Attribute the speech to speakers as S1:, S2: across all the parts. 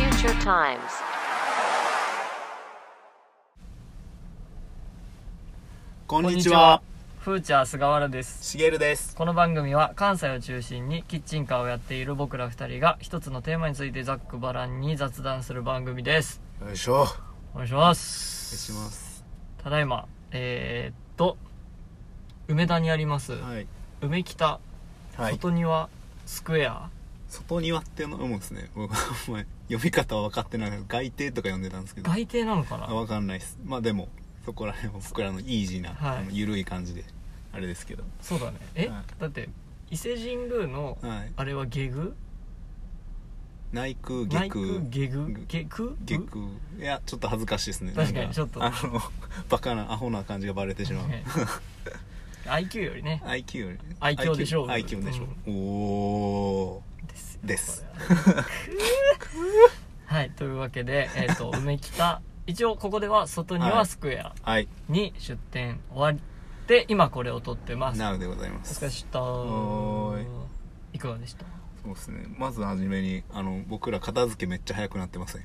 S1: times.
S2: こんにちは、
S3: フーチャー菅原です。
S2: しげるです。
S3: この番組は関西を中心にキッチンカーをやっている僕ら二人が一つのテーマについてざっくばらんに雑談する番組です。
S2: よいしょ。お願
S3: お願いします。
S2: いします。
S3: ただいま、えー、っと、梅田にあります、
S2: はい。
S3: 梅北
S2: はい。
S3: 外庭スクエア。
S2: 外庭って読むんですね。僕、お前、読み方は分かってない。外邸とか読んでたんですけど。
S3: 外邸なのかな
S2: あ分かんないです。まあでも、そこら辺は僕らのイージーな、
S3: はい
S2: あの緩い感じで、あれですけど。
S3: そうだね。え、
S2: はい
S3: だって、伊勢神宮の、
S2: はい。
S3: あれは下具
S2: 内宮、
S3: 内
S2: 下
S3: 宮
S2: 宮。
S3: 下具下具
S2: 下宮。いや、ちょっと恥ずかしいですね。
S3: 確かに
S2: なん
S3: ちょっと
S2: あの、 バカな、アホな感じがバレてしまう。
S3: ね IQ よりね。
S2: IQ より。
S3: 愛嬌でしょう
S2: IQ でしょう。おー。
S3: ですよ
S2: です
S3: これは はいというわけで、え ー、と梅北一応ここでは外に
S2: は
S3: はいスクエア
S2: はい。
S3: に出店終わって今これを撮ってます
S2: なのでございま
S3: お
S2: す
S3: 疲。れした
S2: おーい
S3: いかがでした
S2: そうですねまずはじめにあの僕ら片付けめっちゃ早くなってません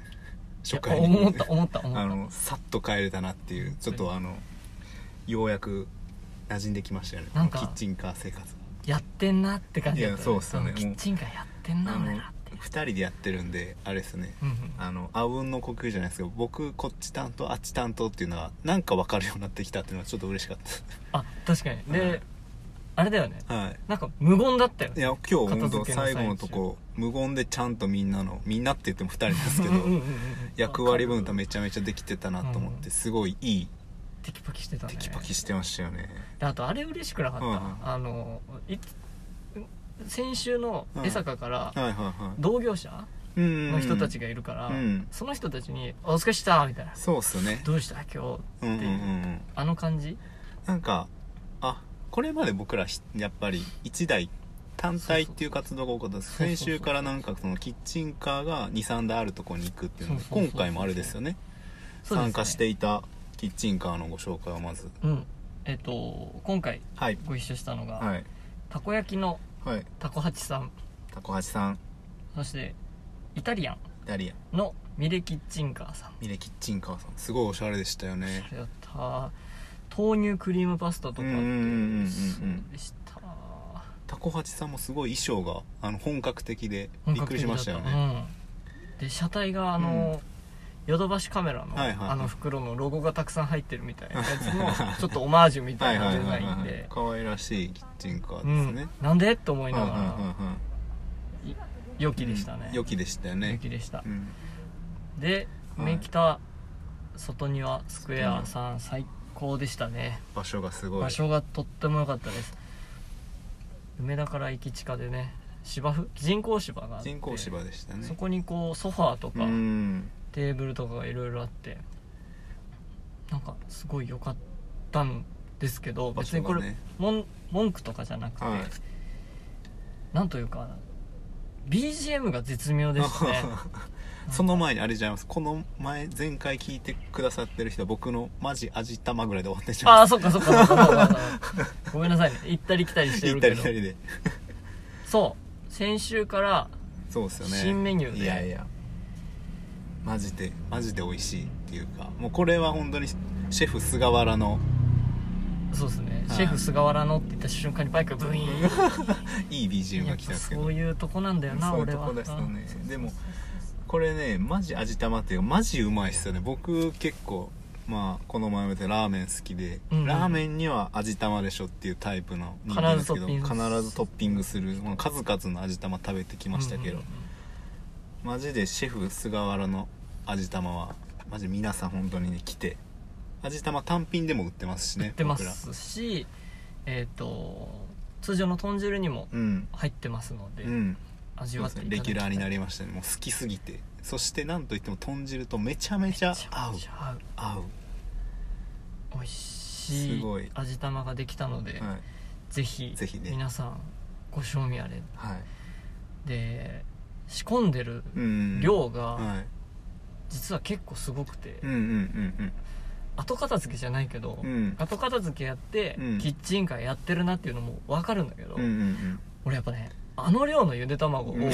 S2: 初回
S3: いや
S2: に
S3: 思った思った思った
S2: あのさっと帰れたなっていうちょっとあのようやく馴染んできましたよね
S3: なんか
S2: キッチンカー生活
S3: やってんなって感じだった、
S2: いやそうっすよね
S3: あのキッチンがやってん
S2: あ
S3: な
S2: の
S3: 俺らって
S2: 2人でやってるんであれですね
S3: うんうん
S2: あのあうんの呼吸じゃないですけど僕こっち担当あっち担当っていうのはなんか分かるようになってきたっていうのはちょっと嬉しかっ
S3: あ確かにで、
S2: うん
S3: あれだよね
S2: た はい
S3: なんか無言だったよ
S2: い
S3: ね
S2: や今日本当
S3: 片付けの最
S2: 最後
S3: 中
S2: のとこ無言でちゃんとみんなのみんなって言っても2人ですけど
S3: うんうんうんうん
S2: 役割分担めちゃめちゃできてたなと思って、
S3: うん
S2: すごいいい
S3: テキパキしてたね
S2: テキパキしてましたよね
S3: であとあれ嬉しくなかった、
S2: うんうん
S3: あのいつ先週の江坂から
S2: はいはいはい
S3: 同業者
S2: うん
S3: の人たち
S2: が
S3: がいるから、
S2: うん
S3: その人たちに「お疲れした」みたいな
S2: そうっすよね
S3: 「どうした今
S2: う
S3: 日」
S2: んう
S3: っ
S2: んう
S3: て
S2: んう
S3: いうんあの感じ
S2: なんかあこれまで僕らひやっぱり一台単体っていう活動が多かったです
S3: そうそうそう
S2: 先週からなんかそのキッチンカーが23台あるとこに行くっていうので
S3: そうそうそう
S2: 今
S3: そう
S2: 回もあれですよね
S3: そうですね
S2: 参加していたキッチンカーのご紹介をまず
S3: うんえっ、と今回
S2: はい
S3: ご一緒したのが、
S2: はい
S3: たこ焼きの
S2: はい
S3: たこ八さん
S2: タコハチさん
S3: そしてイタリア
S2: イタリアン
S3: ンのミレキッチンカーさん
S2: ミレキッチンカーさんすごいおしゃれでしたよね
S3: やった豆乳クリームパスタとかあって
S2: うんうんうんうんうん
S3: そうでした
S2: タコハチさんもすごい衣装があの本格的でびっくりしましたよ
S3: 本
S2: ね
S3: 格的だったうん、で車体があの、ヨドバシカメラの、
S2: はいはいはい
S3: あの袋のロゴがたくさん入ってるみたいなやつのちょっとオマージュみた
S2: はいい
S3: な
S2: はい
S3: デ
S2: は
S3: ザ
S2: い
S3: イン
S2: はい
S3: で
S2: 可愛らしいキッチンカー
S3: う
S2: ですね
S3: ん、なんでと思い
S2: はい
S3: な
S2: は
S3: が
S2: い
S3: ら、
S2: は
S3: 良
S2: い
S3: きでしたね、
S2: うん良きでしたよ
S3: 良
S2: ね
S3: きでした
S2: う、ん
S3: で
S2: はい
S3: 梅北外庭スクエアさん最高でしたね
S2: 場所がすごい
S3: 場所がとっても良かったです梅田から駅近でね芝生人工芝があって
S2: 人工芝でしたね
S3: そこにこうソファーとか、
S2: うん
S3: テーブルとかがいろいろあってなんかすごい良かったんですけど、
S2: 場
S3: 別に
S2: 所
S3: こ
S2: が
S3: れ
S2: ね
S3: 文文句とかじゃなくて、
S2: はい
S3: なんというか BGM が絶 妙ですね
S2: その前にあれじゃいますこの前前回聞いてくださってる人は僕のマジ味玉ぐらいで終わってしま
S3: あ
S2: う
S3: あそっかそっかそっかそっかそっかごめんなさいね行ったり来たりして
S2: 行
S3: る
S2: ったり
S3: け
S2: 来
S3: ど
S2: たりで
S3: そう先週から
S2: そうですよね
S3: 新メニューで
S2: いやいやマジでマジで美味しいっていうかもうこれは本当にシェフ菅原の
S3: そうですね、
S2: はい
S3: シェフ菅原のって言った瞬間にバイクがブイーン
S2: いい BGM
S3: や
S2: が
S3: っ
S2: 来たん
S3: ぱ
S2: ですけど
S3: そういうとこなんだよな
S2: そういう
S3: 俺
S2: と
S3: は
S2: こですよねでもこれねマジ味玉っていうかマジうまいっすよね僕結構まあこの前も言ったラーメン好きで、
S3: うんうん
S2: ラーメンには味玉でしょっていうタイプの人間ですけど
S3: 必ずトッピング
S2: 必ずトッピングするまあ数々の味玉食べてきましたけど、
S3: うんうんうん
S2: マジでシェフ菅原の味玉はマジ皆さん本当にね来て味玉単品でも売ってますしね
S3: 売ってま
S2: 僕ら
S3: すしえっ、と通常の豚汁にも
S2: うん
S3: 入ってますので、
S2: うん
S3: 味
S2: そう
S3: わ
S2: で
S3: っ
S2: す
S3: てい
S2: ね
S3: ただ
S2: レ
S3: き
S2: ギ
S3: たい
S2: ュラーになりましたねもう好きすぎてそしてなんといっても豚汁とめちゃめちゃ
S3: めちゃ
S2: 合う
S3: めちゃ合う
S2: 合う
S3: 美味し
S2: す
S3: い
S2: ごい
S3: 味玉ができたので、
S2: はい、
S3: ぜひ
S2: ぜひね
S3: 皆さんご賞味あれ
S2: はい、
S3: で仕込んでる
S2: うん
S3: 量が
S2: はい
S3: 実は結構すごくて、
S2: うんうん
S3: 後片付けじゃないけど、
S2: うんうんうん
S3: 後片付けやって、
S2: うん
S3: キッチンカーやってるなっていうのも分かるんだけど、
S2: うんうんうん
S3: 俺やっぱねあの量のゆで卵を
S2: うん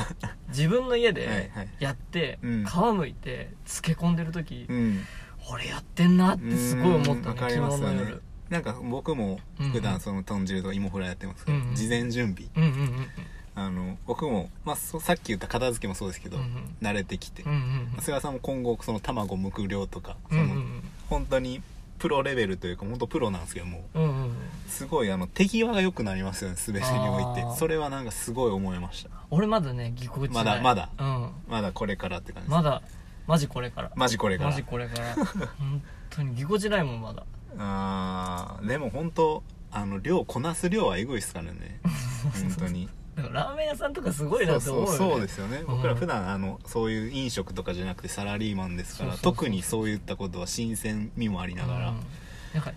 S3: 自分の家
S2: はい
S3: で
S2: はい
S3: やって皮
S2: うん
S3: むいて漬け込んでる時
S2: うん
S3: 俺やってんなってすごい思った
S2: うんわか
S3: ね昨
S2: り
S3: 日
S2: ますよ
S3: の
S2: ね
S3: 夜
S2: なんか僕も普
S3: うんうん
S2: 段その豚汁と芋フライやってますけど、
S3: うんうん
S2: 事前準備
S3: うんうんうんうん
S2: あの僕も、まあ、そさっき言った片付けもそうですけど、
S3: うんうん
S2: 慣れてきて、
S3: うんうん
S2: 菅原さんも今後その卵剥く量とかそ
S3: うん
S2: の、
S3: うんうん
S2: 本当にプロレベルというか本当プロなんですけども
S3: うんうんうん
S2: うすごいあの手際が良くなりますよね全てにおいて
S3: あー
S2: それはなんかすごい思いました
S3: 俺まだねぎこちな
S2: ま
S3: い
S2: だまだ
S3: うん
S2: まだこれからって感じです
S3: まだマジこれから
S2: マジこれから
S3: マジこれから 本当にぎこちないもんまだ
S2: あーでも本当あの量こなす量はエグいですから ね本当に
S3: だからラーメン屋さんとかすごい
S2: そ
S3: な
S2: う
S3: と
S2: そう
S3: 思うよね
S2: そうですよね、
S3: ん
S2: 僕ら普段あのそういう飲食とかじゃなくてサラリーマンですから
S3: そうそうそう
S2: 特にそういったことは新鮮味もありながら、
S3: うんなんか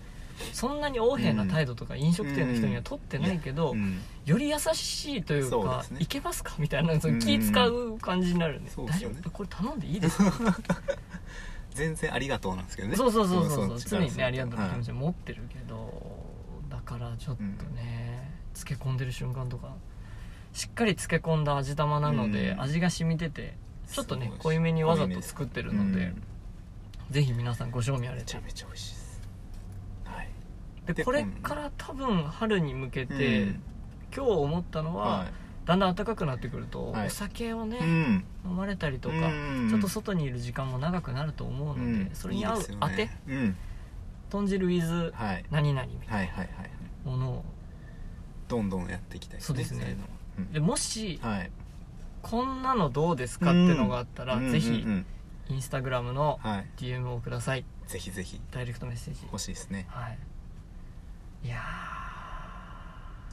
S3: そんなに横柄な態度とか飲食店の人には取ってないけど、
S2: うん
S3: より優しいという
S2: そうで
S3: か
S2: すね
S3: いけますかみたいなその気使う感じになるね,、
S2: そうで
S3: 大
S2: す
S3: 丈
S2: よね
S3: 夫これ頼んでいいですか
S2: 全然ありがとうなんですけどね
S3: そうそうそうそうそ う
S2: そ
S3: 常
S2: の力
S3: にねありがとうの気持ち
S2: は
S3: を持ってるけど、だからちょっとね、漬け込んでる瞬間とかしっかり漬け込んだ味玉なので、
S2: うん
S3: 味が染みててちょっと
S2: す
S3: ね
S2: ごい
S3: 濃いめにわざと作って
S2: い
S3: るので、
S2: うん
S3: ぜひ皆さんご賞味あれ
S2: め
S3: と
S2: ちゃめちゃ美味しいですはい
S3: で
S2: で
S3: これ
S2: 今度
S3: から多分春に向けて、
S2: うん
S3: 今日思ったのは、
S2: は
S3: だんだん暖かくなってくると、
S2: はい
S3: お酒をね、
S2: いうん
S3: 飲まれたりとか、
S2: うん
S3: ちょっと外にいる時間も長くなると思うので、
S2: うん
S3: それに合う
S2: いいですよね
S3: 当て
S2: うん
S3: 豚汁 with
S2: はい
S3: 何々みたい
S2: はいはいはい
S3: なものを
S2: どんどんやっていきたい
S3: そうですね
S2: いのは
S3: でもし
S2: うんはい
S3: こんなのどうですかっていうのがあったら、
S2: うん
S3: ぜ
S2: うん
S3: ひ
S2: うん
S3: インスタグラムの
S2: はい
S3: DM をください
S2: ぜひぜひ
S3: ダイレクトメッセージ
S2: 欲しいですね
S3: はいいや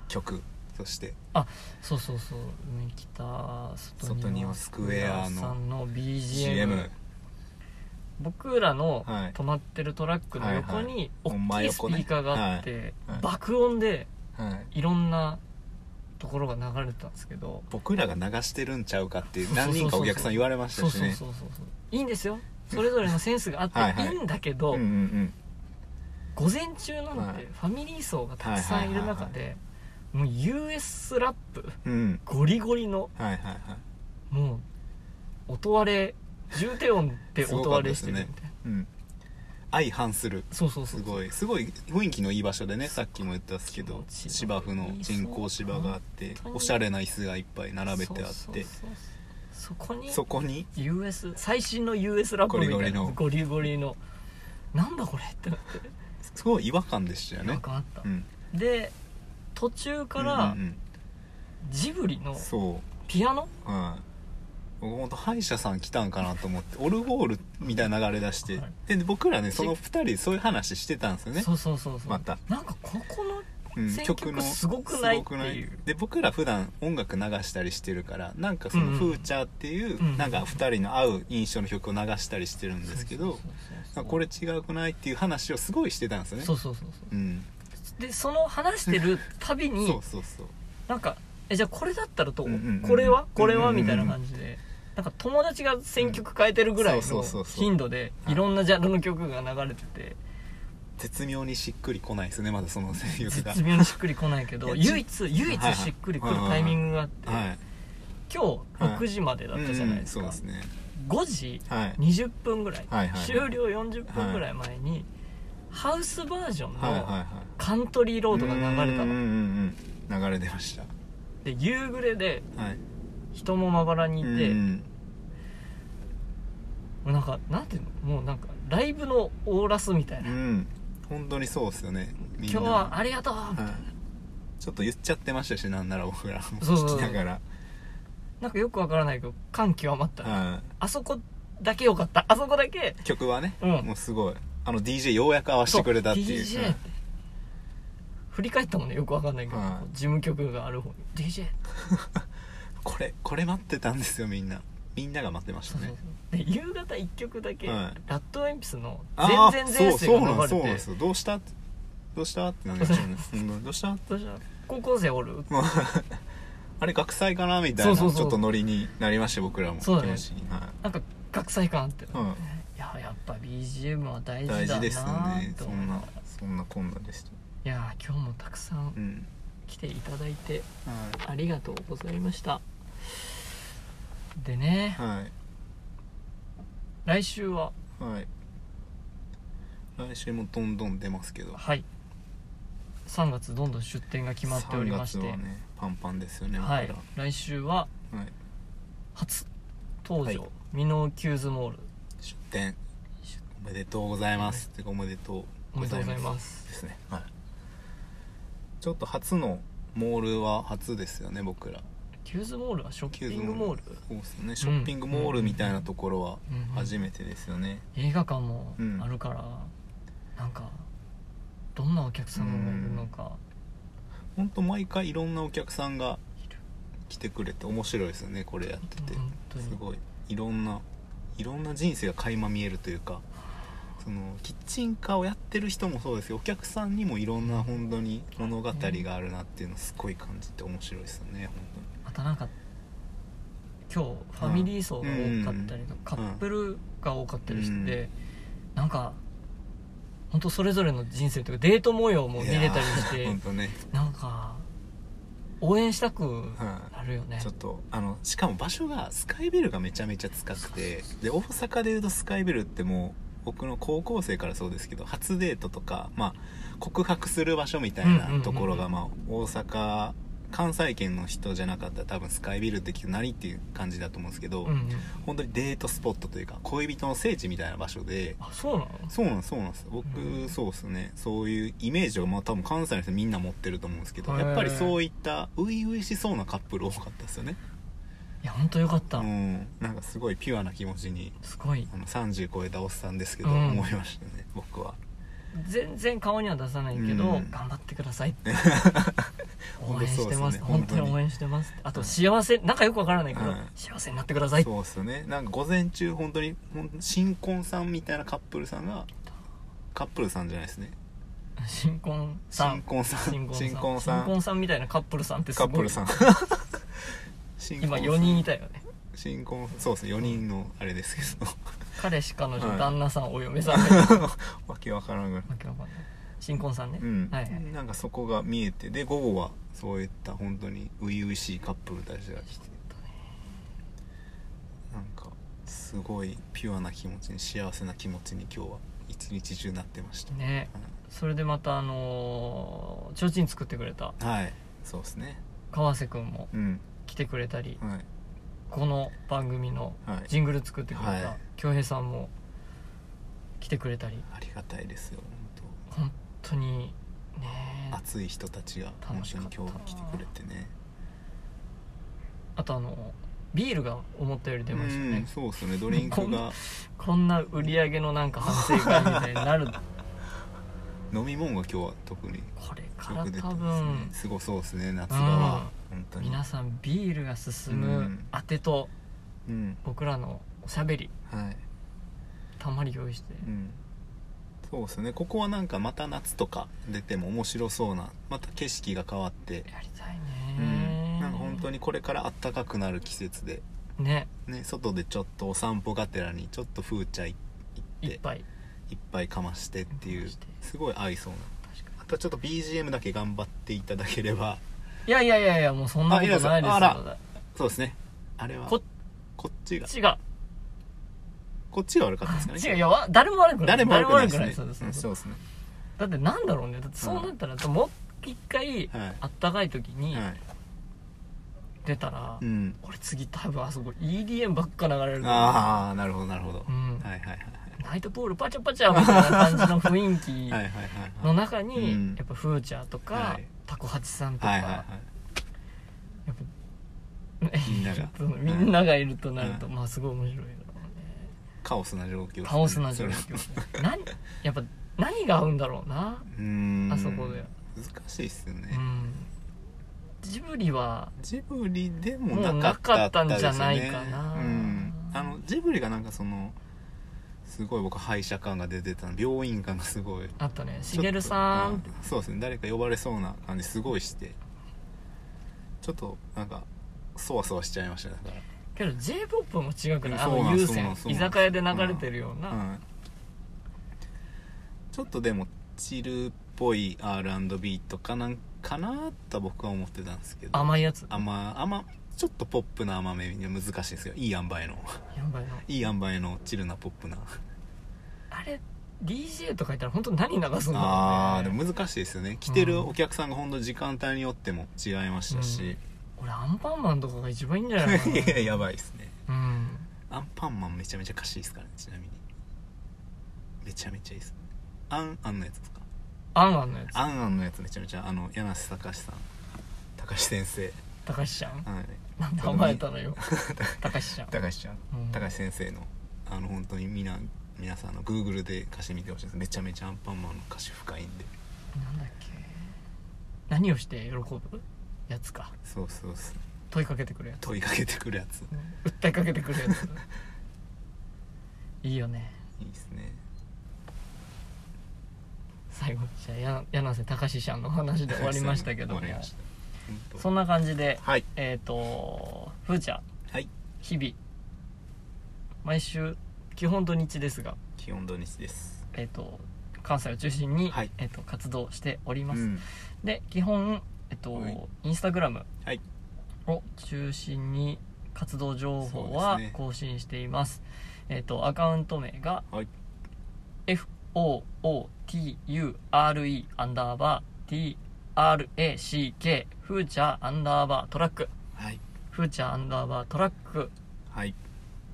S2: 曲そして
S3: ーそうそうそう梅北
S2: 外にはスクエアの
S3: さんの BGM
S2: CM
S3: 僕らの
S2: はい
S3: 止まってるトラックの横
S2: はいは
S3: に
S2: ほん
S3: 大
S2: ま
S3: きいスピ
S2: 横ね
S3: ーカーがあって、
S2: はいはい
S3: 爆音で
S2: はい
S3: いろんなところが流れてたんですけど
S2: 僕らが流してるんちゃうかって何人かお客さん言われまし
S3: そ
S2: た
S3: う
S2: し
S3: そう
S2: ね
S3: そうそうそういいんですよそれぞれのセンスがあ
S2: は
S3: っ
S2: い
S3: て
S2: はいい
S3: いんだけど
S2: うんうん
S3: 午前中なの
S2: はい
S3: でファミリー層がたくさんいる中でもう US ラップ
S2: うんうん
S3: ゴリゴリの
S2: はいはいはい
S3: もう音割れ重低音で音割れしてるみたいな、
S2: うん相反する
S3: そうそうそ
S2: す
S3: う
S2: ごいすごい雰囲気のいい場所でねさっきも言ったんですけど
S3: そう
S2: 芝生の人工芝があって
S3: そう
S2: おしゃれな椅子がいっぱい並べてあっ
S3: そうそう
S2: て
S3: そうそこに
S2: そこに
S3: US 最新の US ラップみたいなゴ
S2: ゴ
S3: リゴリのなんだこれってなって
S2: すごい違和感でしたよ
S3: なん
S2: ね
S3: かあった、
S2: うん
S3: で途中から
S2: うんうん
S3: ジブリの
S2: うんそう
S3: ピアノ
S2: はい僕ほんと歯医者さん来たんかなと思ってオルゴールみたいな流れ出して
S3: はい
S2: で僕らねその2人そういう話してたんですよね
S3: そうそうそうそう
S2: また
S3: なんかここの
S2: うん
S3: 選曲すごくない
S2: すご
S3: っていう
S2: で僕ら普段音楽流したりしてるからなんかその
S3: うんうん
S2: フーチャーっていう、
S3: うんうん
S2: なんか2人の合う印象の曲を流したりしてるんですけど、
S3: そうそうそう
S2: あこれ違うくないっていう話をすごいしてたんですよね,、
S3: そううそうそうそ
S2: ん、
S3: うでその話して るたび
S2: そ
S3: に
S2: うそうそう
S3: なんかえじゃあこれだったらどう
S2: うんうんうん
S3: これはこれは
S2: うんうんうん
S3: みたいな感じでなんか友達が選曲変えてるぐらい
S2: うんそう
S3: の
S2: そうそうそう
S3: 頻度で
S2: はい
S3: いろんなジャンルの曲が流れてて
S2: 絶妙にしっくりこないですねまだその声優が
S3: 絶妙にしっくりこないけど
S2: いや
S3: 唯一唯一しっくりくるタイミングがあって
S2: はい
S3: 今日
S2: はい
S3: 6時までだったじゃないです
S2: うん
S3: か
S2: うんそうですね
S3: 5時
S2: はい
S3: 20分ぐらい
S2: はいはい
S3: 終了40分ぐらい前にハウスバージョン
S2: はいはい
S3: の
S2: はい
S3: カントリーロードが流れた
S2: うんうん
S3: の
S2: うんうん流れてました
S3: で夕暮れで
S2: はい
S3: 人もまばらにいて
S2: うん
S3: も
S2: うん
S3: うなんかなんていうのもうなんかライブのオーラスみたいうなん
S2: 本当にそうですよね
S3: 「
S2: みんな
S3: 今日はありがとう!」みたいな
S2: はいちょっと言っちゃってましたしなんなら僕らも
S3: そうそうそ
S2: 聞
S3: う
S2: きながら
S3: なんかよくわからないけど感極まった
S2: は
S3: あそこだけ良かったあそこだけ
S2: い曲はね、
S3: うん
S2: もうすごいあの DJ ようやく合わせてくれたっていう
S3: そう DJ って振り返ったもんねよくわかんないけど、
S2: はい
S3: こう事務局がある方に DJ
S2: これこれ待ってたんですよみんなみんなが待ってました
S3: そうそうそう
S2: ね
S3: で夕方1曲だけ、
S2: はい
S3: ラッドエンピスの「
S2: あー
S3: 全然前
S2: そう
S3: 世」
S2: そうなん
S3: が
S2: そ
S3: 流
S2: うなん
S3: れ
S2: で
S3: て
S2: すよどうしたどうしたってなりましたよね、うんどうしたも
S3: 私は高校生おる
S2: う あれ学祭かなみたいな
S3: そうそうそう
S2: ちょっとノリになりまして僕らも
S3: そうだね
S2: 気持ちにはい
S3: なんか学祭感あって、
S2: うん
S3: いややっぱ BGM は大事だな
S2: 大事ですよね
S3: と
S2: そ
S3: 思い
S2: ん
S3: な
S2: な
S3: がら
S2: そんなこんなでした
S3: いやー今日もたくさん
S2: うん
S3: 聞来ていただいて
S2: は
S3: ありがとうございましたでね
S2: いはい
S3: 来週は
S2: はい来週もどんどん出ますけど
S3: はい3月どんどん出店が決まっておりまして
S2: 3月はねパンパンですよね
S3: はい
S2: 僕
S3: 来週は
S2: らはい
S3: 初登
S2: は
S3: 場ミノーキューズモール
S2: 出店おめでとうございますてかおめでとう
S3: おめでとうござい
S2: す
S3: ます
S2: ですねはいちょっと初のモールは初ですよね僕ら
S3: キューズモールはショッ
S2: キュ
S3: ピングモール
S2: そうですねショッピングモールみたいなところは
S3: うん
S2: 初めてですよね
S3: 映画館も
S2: うん
S3: あるから、なんかどんなお客さんがいるのか、
S2: ほんと毎回いろんなお客さんが
S3: いる
S2: 来てくれて面白いですよねこれやってて
S3: 本当に
S2: すごいいろんないろんな人生が垣間見えるというかそのキッチンカーをやってる人もそうですけどお客さんにもいろんな本当に物語があるなっていうのすごい感じて面白いですよね
S3: またなんか今日ファミリー層が多かったりと
S2: うん
S3: か、カップルが多かったりして、なんか本当それぞれの人生というかデート模様も
S2: 本
S3: 見
S2: 当に
S3: れたりし
S2: いやー
S3: て
S2: 本当ね、
S3: なんか応援したく
S2: は
S3: なるよね
S2: い、ちょっとあのしかも場所がスカイビルがめちゃめちゃ近くてで大阪でいうとスカイビルってもう僕の高校生からそうですけど初デートとか、まあ、告白する場所みたい
S3: うんうんうんう
S2: なんところが、まあ、大阪関西圏の人じゃなかったら多分スカイビルって聞くと何っていう感じだと思うんですけど、
S3: うんうん
S2: 本当にデートスポットというか恋人の聖地みたいな場所で
S3: あそうなの
S2: そうなんですそうなんです僕、
S3: うん
S2: そうですねそういうイメージをまあ多分関西の人みんな持ってると思うんですけど
S3: へー
S2: やっぱりそういった初々しそうなカップル多かったですよね
S3: いや本当よかった、
S2: うんなんかすごいピュアな気持ちに
S3: すごい
S2: あの30超えたおっさんですけど、
S3: うん
S2: 思いましたね僕は
S3: 全然顔には出さないけど、
S2: うん
S3: 頑張ってくださいって 応
S2: 本
S3: 援
S2: 当そうで
S3: して
S2: すね
S3: ます本
S2: 本
S3: 当
S2: 当
S3: に
S2: に
S3: 応援してますあと幸せなんかよくわからないけど、
S2: うん
S3: 幸せになってください
S2: そうっすよねなんか午前中本当にほん新婚さんみたいなカップルさんがカップルさんじゃないですね
S3: 新婚さ
S2: 新
S3: ん
S2: 婚さん
S3: 新婚さん新婚さんみたいなカップルさんってす
S2: カ
S3: ご
S2: ップ
S3: い
S2: ル さん新婚
S3: 今
S2: さん
S3: 4人いたよね
S2: 新婚そうですね4人のあれですけど
S3: 彼氏彼女、
S2: はい
S3: 旦那さんお嫁 さんみたいなわ
S2: わけわからんぐらい
S3: けわかんない新婚さんね、
S2: うん、
S3: はいはい
S2: なんかそこが見えてで午後はそういった本当に初々しいカップルたちが来てなんかすごいピュアな気持ちに幸せな気持ちに今日は一日中なってました、
S3: ねそれでまたあのー、提灯作ってくれた
S2: うんはいそうですね
S3: 川瀬くんも
S2: うん
S3: 来てくれたり
S2: はい
S3: この番組の
S2: はい
S3: ジングル作ってくれ
S2: は
S3: た
S2: い
S3: 恭平、さんも来てくれたり
S2: ありがたいですよ本
S3: 本当にね
S2: 当熱い人たちが本
S3: 楽し
S2: 当
S3: かっ
S2: に
S3: た
S2: 今日来てくれてね
S3: あとあのビールが思ったより出ましたね、
S2: うんそうですねドリンクが
S3: こんな売り上げのなんか反省会みた いになる
S2: 飲み物が今日は特に
S3: これか
S2: よ
S3: ら
S2: く出て
S3: 多
S2: ますね
S3: 分
S2: すごいそうですね夏場は本当に
S3: 皆さんビールが進
S2: う
S3: む
S2: ん
S3: あてと
S2: うん
S3: 僕らのおしゃべり
S2: はい
S3: たまり用意して
S2: うんそうですねここはなんかまた夏とか出ても面白そうなまた景色が変わって、
S3: やりたい
S2: うん
S3: ね、
S2: なんか本当にこれから暖かくなる季節で、
S3: ね
S2: ね、外でちょっとお散歩がてらにちょっと風茶行って
S3: いっぱい
S2: いっぱいかましてってい
S3: かま
S2: う
S3: して
S2: すごい合いそうな
S3: 確かに
S2: あとはちょっと BGM だけ頑張っていただければ
S3: いやいやいやいやもうそんなことないですよ
S2: あいやそうあらそうですねあれは
S3: こ
S2: こ
S3: っ
S2: っちが
S3: ちが
S2: こっちが悪かったですかね
S3: 違ういやわ誰も悪くない
S2: 誰も悪くないですね
S3: 誰もそうですそううんそ
S2: そううですね
S3: だってなんだろうねだってそうなったら、もう一回、
S2: はい
S3: あったかい時に
S2: はい
S3: 出たら、
S2: うん
S3: 俺次多分あそこ EDM ばっか流れると思う
S2: ああなるほどなるほど、
S3: うん
S2: はいはいはい
S3: ナイトプールパチャパチャみたいな感じの雰囲
S2: はい はい
S3: 気
S2: はいはい
S3: の中に、
S2: うん
S3: やっぱフーチャーとか、
S2: はい
S3: タコハチさんとか、
S2: はいはいはい
S3: やっぱ
S2: みんなが
S3: そのみんながいるとなると、まあすごい面白いだろ
S2: カオスな状況です
S3: う
S2: ね
S3: ねカオスな状
S2: それ
S3: 況何やっぱ何が合うんだろうな
S2: うーん
S3: あそこで
S2: 難しいっすよね、
S3: うんジブリは
S2: ジブリでも
S3: もう
S2: なかった
S3: なかったんじゃないかな
S2: ですよねうん、あのジブリがなんかそのすごい僕歯医者感が出てたの病院感がすごい
S3: あったねしげるさん
S2: ちょっとうそうですね誰か呼ばれそうな感じすごいしてちょっとなんかそわそわしちゃいましたねだか
S3: けど j p o p も違くないあ
S2: そうな
S3: の
S2: ん
S3: 有
S2: そうなん
S3: 線
S2: そう
S3: 居
S2: なん
S3: 酒屋で流れてるよう
S2: ら、
S3: な、
S2: うん、ちょっとでもチルっぽい R&B とかなんかなと僕は思ってたんですけど
S3: 甘いやつや
S2: 甘甘ちょっとポップな甘めに難しいんですよいい塩梅の
S3: ばいない
S2: い塩梅のチルなポップな
S3: あれ DJ とか言ったら本当何流すんだろうね
S2: あーでも難しいですよね来てるお客さんがほんと時間帯によっても違いましたし、
S3: 俺アンパンマンとかが一番いいんじゃない か
S2: い
S3: な
S2: やいややばいですね
S3: うん
S2: アンパンマンめちゃめちゃ歌詞いいですからねちなみにめちゃめちゃいいですアンアンのやつですか
S3: アンアンのやつ
S2: アンアンのやつめちゃめちゃあの柳瀬隆さん高志先生
S3: 高志ちゃん
S2: はい
S3: なんで甘えたの よ高志ちゃん
S2: 高志ちゃん
S3: うん
S2: 高橋先生のあの本当にみな皆さんあの Google で歌詞見てほしいですめちゃめちゃアンパンマンの歌詞深いんで
S3: なんだっけ何をして喜ぶやつか
S2: そうそうそう
S3: 問いかけてくるやつ
S2: 問いかけてくるやつ
S3: 訴えかけてくるやつ いいよね
S2: いいですね
S3: 最後じゃあや柳瀬隆史ちゃんの話で終わりました けども
S2: 終わりました
S3: そんな感じで
S2: はい
S3: えっ、とふーちゃん
S2: はい
S3: 日々毎週基本土日ですが
S2: 気温土日です
S3: えっ、と関西を中心に、
S2: はい
S3: えー、と活動しており
S2: う
S3: ます、
S2: ん
S3: で基本えっ、と、
S2: はい
S3: インスタグラム
S2: はい
S3: を中心に活動情報は
S2: そうですね
S3: 更新していますえっ、とアカウント名が、
S2: はい
S3: FOOTURE アンダーバー TRACK フーチャーアンダーバートラック
S2: はい
S3: フーチャーアンダーバートラック
S2: はい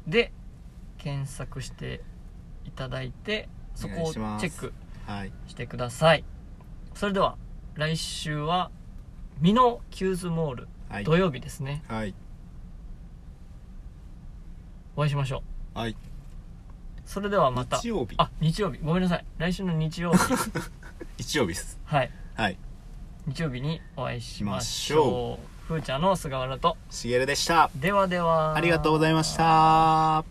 S3: で検索していただいてそこ
S2: お願
S3: を
S2: い
S3: チ
S2: し
S3: ェ
S2: ます
S3: ック
S2: はい
S3: してくださいそれでは来週は美濃キューズモール
S2: はい
S3: 土曜日ですね
S2: はい
S3: お会いしましょう
S2: はい
S3: それではまた
S2: 日曜日
S3: あ日曜日ごめんなさい来週の 日曜日
S2: 日曜日です
S3: はい
S2: はい
S3: 日曜日にお会いしまし
S2: しまし
S3: ょうふーちゃんの菅原と
S2: しげるでした
S3: ではでは
S2: ありがとうございました